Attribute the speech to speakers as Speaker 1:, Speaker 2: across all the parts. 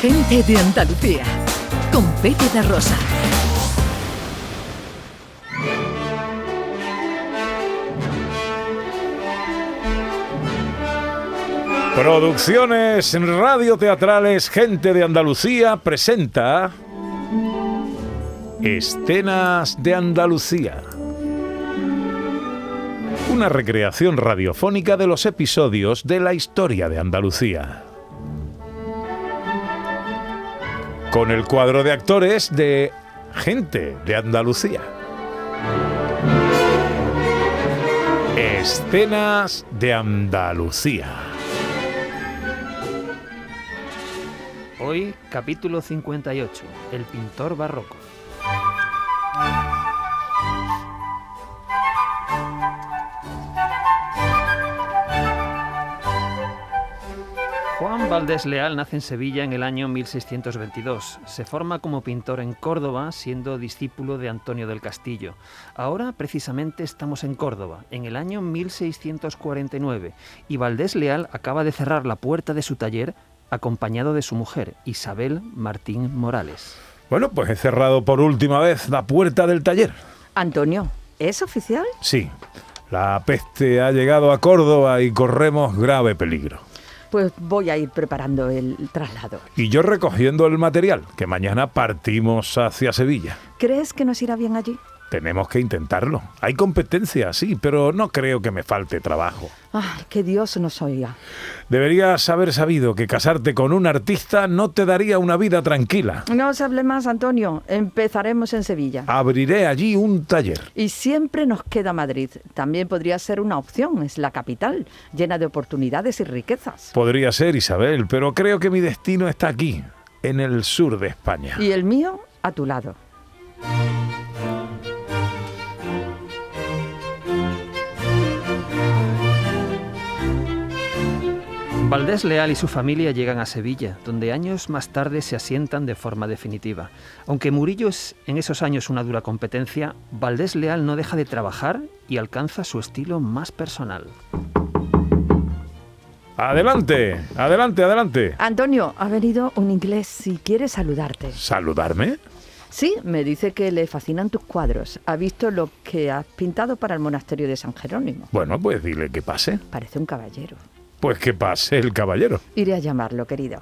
Speaker 1: Gente de Andalucía, con Pepe de Rosa.
Speaker 2: Producciones Radio Teatrales Gente de Andalucía presenta Escenas de Andalucía. Una recreación radiofónica de los episodios de la historia de Andalucía. Con el cuadro de actores de Gente de Andalucía. Escenas de Andalucía.
Speaker 3: Hoy, capítulo 58, El pintor barroco. Juan Valdés Leal nace en Sevilla en el año 1622. Se forma como pintor en Córdoba, siendo discípulo de Antonio del Castillo. Ahora, precisamente, estamos en Córdoba, en el año 1649, y Valdés Leal acaba de cerrar la puerta de su taller acompañado de su mujer, Isabel Martín Morales.
Speaker 2: Bueno, pues he cerrado por última vez la puerta del taller.
Speaker 4: Antonio, ¿es oficial?
Speaker 2: Sí, la peste ha llegado a Córdoba y corremos grave peligro.
Speaker 4: Pues voy a ir preparando el traslado.
Speaker 2: Y yo recogiendo el material, que mañana partimos hacia Sevilla.
Speaker 4: ¿Crees que nos irá bien allí?
Speaker 2: Tenemos que intentarlo. Hay competencia, sí, pero no creo que me falte trabajo.
Speaker 1: Ah.
Speaker 4: Ay, que Dios nos oiga.
Speaker 2: Deberías haber sabido que casarte con un artista no te daría una vida tranquila.
Speaker 4: No se hable más, Antonio. Empezaremos en Sevilla.
Speaker 2: Ah. Abriré allí un taller.
Speaker 4: Y siempre nos queda Madrid. También podría ser una opción. Es la capital, llena de oportunidades y riquezas.
Speaker 2: Podría ser, Isabel, pero creo que mi destino está aquí, en el sur de España.
Speaker 4: Y el mío, a tu lado.
Speaker 3: Valdés Leal y su familia llegan a Sevilla, donde años más tarde se asientan de forma definitiva. Aunque Murillo es en esos años una dura competencia, Valdés Leal no deja de trabajar y alcanza su estilo más personal.
Speaker 2: Adelante, adelante, adelante.
Speaker 4: Antonio, ha venido un inglés si quiere saludarte.
Speaker 2: ¿Saludarme?
Speaker 4: Sí, me dice que le fascinan tus cuadros. Ha visto lo que has pintado para el monasterio de San Jerónimo.
Speaker 2: Bueno, pues dile que pase.
Speaker 4: Parece un caballero.
Speaker 2: Pues que pase el caballero.
Speaker 4: Iré a llamarlo, querido.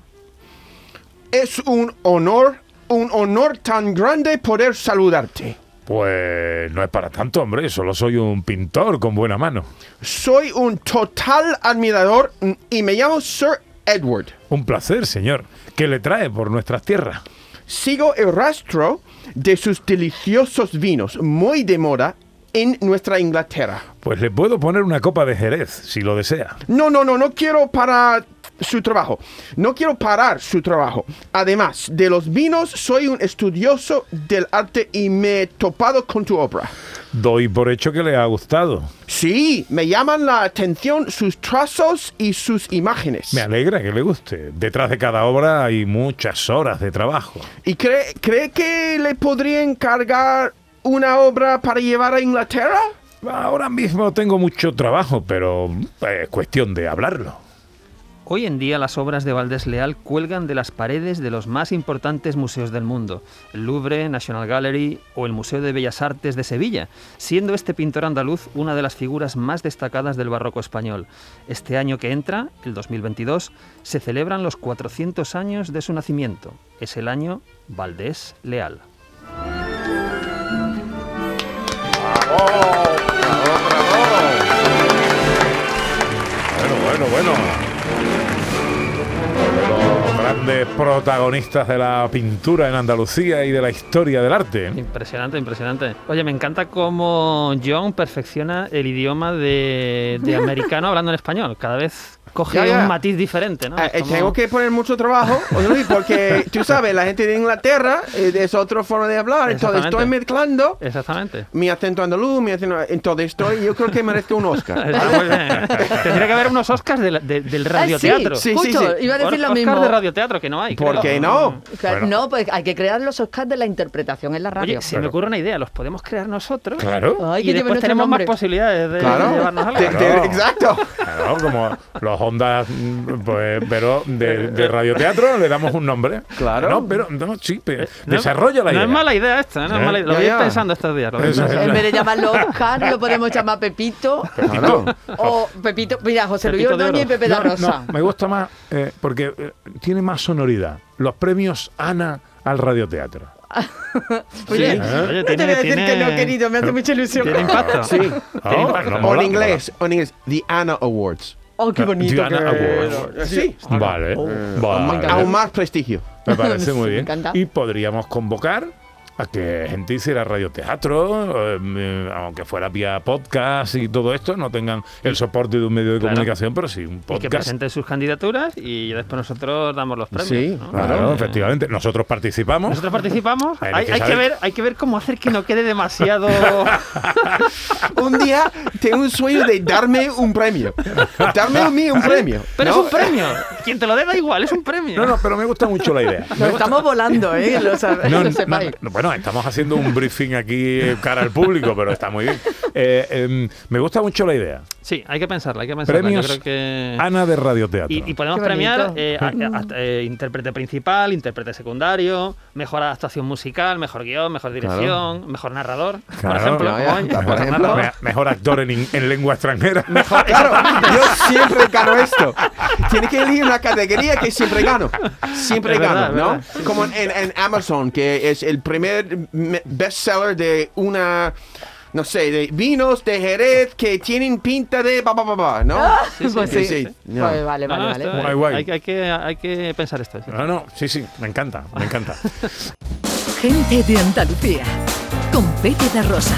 Speaker 5: Es un honor, un honor tan grande poder saludarte.
Speaker 2: Pues no es para tanto, hombre. Solo soy un pintor con buena mano.
Speaker 5: Soy un total admirador mm, y me llamo Sir Edward.
Speaker 2: Un placer, señor. ¿Qué le trae por nuestras tierras?
Speaker 5: Sigo el rastro de sus deliciosos vinos, muy de moda en nuestra Inglaterra.
Speaker 2: Pues le puedo poner una copa de Jerez, si lo desea.
Speaker 5: No, no, no, no quiero parar su trabajo. No quiero parar su trabajo. Además de los vinos, soy un estudioso del arte y me he topado con tu obra.
Speaker 2: Doy por hecho que le ha gustado.
Speaker 5: Sí, me llaman la atención sus trazos y sus imágenes.
Speaker 2: Me alegra que le guste. Detrás de cada obra hay muchas horas de trabajo.
Speaker 5: ¿Y cree, cree que le podría encargar una obra para llevar a Inglaterra?
Speaker 2: Ahora mismo tengo mucho trabajo, pero es cuestión de hablarlo.
Speaker 3: Hoy en día las obras de Valdés Leal cuelgan de las paredes de los más importantes museos del mundo, el Louvre, National Gallery o el Museo de Bellas Artes de Sevilla, siendo este pintor andaluz una de las figuras más destacadas del barroco español. Este año que entra, el 2022, se celebran los 400 años de su nacimiento. Es el año Valdés Leal.
Speaker 2: Bueno, bueno, bueno. Los grandes protagonistas de la pintura en Andalucía y de la historia del arte.
Speaker 3: Impresionante, impresionante. Oye, me encanta cómo John perfecciona el idioma de, de americano hablando en español. Cada vez coge
Speaker 5: Ya, ya.
Speaker 3: un matiz diferente, ¿no?
Speaker 5: Ah,
Speaker 3: Es
Speaker 5: eh,
Speaker 3: como-
Speaker 5: Tengo que poner mucho trabajo, o sea, sí, porque tú sabes, la gente de Inglaterra eh, es otra forma de hablar, entonces
Speaker 3: Exactamente.
Speaker 5: estoy mezclando
Speaker 3: Exactamente.
Speaker 5: mi acento andaluz, mi acento... Entonces estoy, yo creo que merezco un Oscar.
Speaker 3: Está muy bien. Tendría que haber unos Oscars de la- de- del radioteatro.
Speaker 5: Sí, sí,
Speaker 4: Justo,
Speaker 5: sí.
Speaker 4: Ah, iba a decir lo
Speaker 3: Oscar
Speaker 4: mismo.
Speaker 3: de radioteatro, que no hay.
Speaker 5: ¿Por
Speaker 3: creo.
Speaker 5: qué no?
Speaker 4: Claro,
Speaker 2: Bueno.
Speaker 4: No, pues hay que crear los Oscars de la interpretación en la radio.
Speaker 3: Oye, se me ocurre una idea, los podemos crear nosotros.
Speaker 2: Claro.
Speaker 4: Ay, que
Speaker 3: y
Speaker 4: lleve
Speaker 3: después
Speaker 4: nuestro
Speaker 3: tenemos
Speaker 4: nombre.
Speaker 3: más posibilidades de, de
Speaker 5: Claro.
Speaker 3: llevarnos algo.
Speaker 5: Te- te-
Speaker 2: Claro.
Speaker 5: Exacto.
Speaker 2: Claro, como los ondas, mm, pues, pero de, de radioteatro le damos un nombre.
Speaker 5: Claro.
Speaker 2: No, pero no, sí, pero
Speaker 3: No-
Speaker 2: desarrolla la idea.
Speaker 3: No es mala idea esta, no
Speaker 2: ¿Eh?
Speaker 3: es mala idea. Lo
Speaker 5: Ya,
Speaker 3: voy a ir
Speaker 5: ya.
Speaker 3: pensando estos días. lo voy
Speaker 2: Eso es.
Speaker 3: pensando.
Speaker 4: En vez de llamarlo Oscar, lo podemos llamar Pepito.
Speaker 5: Claro.
Speaker 4: O Pepito, mira, José Luis
Speaker 3: Pepito de
Speaker 4: Ordóñez y
Speaker 3: oro.
Speaker 4: Pepe
Speaker 2: No,
Speaker 4: da
Speaker 2: no,
Speaker 4: Rosa.
Speaker 2: no, me gusta más eh, porque eh, tiene más sonoridad. Los premios Ana al radioteatro.
Speaker 4: Oye,
Speaker 3: Sí,
Speaker 4: no te voy
Speaker 3: oye, tiene-
Speaker 4: a decir que
Speaker 3: tiene-
Speaker 4: no, querido, me hace mucha ilusión.
Speaker 3: Tiene impacto.
Speaker 5: Sí.
Speaker 3: Tiene
Speaker 2: Oh,
Speaker 3: impacto.
Speaker 2: Ah, no
Speaker 5: O en
Speaker 2: Mola,
Speaker 5: inglés, o en inglés, The Anna Awards.
Speaker 4: Oh, qué bonito.
Speaker 2: Diana
Speaker 4: que- Oh.
Speaker 2: Awards.
Speaker 5: Sí.
Speaker 2: Vale, vale.
Speaker 4: Claro.
Speaker 5: Aún más prestigio.
Speaker 2: Me parece muy
Speaker 4: Me
Speaker 2: bien.
Speaker 4: encanta.
Speaker 2: Y podríamos convocar a que gente hiciera radioteatro, eh, eh, aunque fuera vía podcast y todo esto, no tengan el soporte de un medio de
Speaker 3: Claro.
Speaker 2: comunicación, pero sí un
Speaker 3: Y que
Speaker 2: podcast.
Speaker 3: presenten sus candidaturas y después nosotros damos los premios.
Speaker 5: Sí,
Speaker 3: ¿no?
Speaker 2: Claro,
Speaker 3: Eh,
Speaker 2: efectivamente. Nosotros participamos.
Speaker 3: Nosotros participamos.
Speaker 2: Hay
Speaker 3: Hay,
Speaker 2: que
Speaker 3: hay que
Speaker 2: saber-
Speaker 3: ver, hay que ver cómo hacer que no quede demasiado.
Speaker 5: Un día tengo un sueño de darme un premio. Darme a mí un premio.
Speaker 3: Pero
Speaker 5: ¿no?
Speaker 3: es un premio. Quien te lo dé da igual, es un premio.
Speaker 2: No, no, pero me gusta mucho la idea.
Speaker 4: Nos estamos volando, ¿eh? Lo, sab-
Speaker 2: No,
Speaker 4: lo
Speaker 2: no,
Speaker 4: sepáis.
Speaker 2: no, bueno, estamos haciendo un briefing aquí eh, cara al público, pero está muy bien. Eh, em, me gusta mucho la idea.
Speaker 3: Sí, hay que pensarla, hay que pensarla.
Speaker 2: Premios Ah,
Speaker 3: Yo creo que.
Speaker 2: Ana de Radioteatro.
Speaker 3: Eh. Y, y podemos
Speaker 4: Qué bonito.
Speaker 3: premiar eh, a- a- eh, intérprete principal, intérprete secundario, mejor adaptación musical, mejor guión, mejor dirección, mejor narrador, por
Speaker 2: Claro.
Speaker 3: ejemplo.
Speaker 5: Ya, ya.
Speaker 3: como hoy,
Speaker 5: Por
Speaker 3: mejor
Speaker 5: ejemplo.
Speaker 3: narrador.
Speaker 2: Me- mejor actor en, in- en lengua extranjera.
Speaker 5: Claro, yo siempre gano esto. Tienes que elegir una categoría que siempre gano. Siempre
Speaker 3: Es verdad,
Speaker 5: gano,
Speaker 3: es
Speaker 5: ¿no?
Speaker 3: verdad.
Speaker 5: Como en, en Amazon, que es el primer me- bestseller de una. No sé, de vinos de Jerez que tienen pinta de. Ba, ba, ba, ba, ¿no?
Speaker 3: Ah.
Speaker 4: Pues sí.
Speaker 5: Sí, sí. No.
Speaker 4: Pues vale, vale,
Speaker 3: No, no,
Speaker 4: vale.
Speaker 3: esto-
Speaker 2: Guay, guay.
Speaker 3: Hay, hay que, hay que pensar esto. sí.
Speaker 2: No, Ah, no, sí, sí, me encanta, me encanta.
Speaker 1: Gente de Andalucía. Con Pepe da Rosa.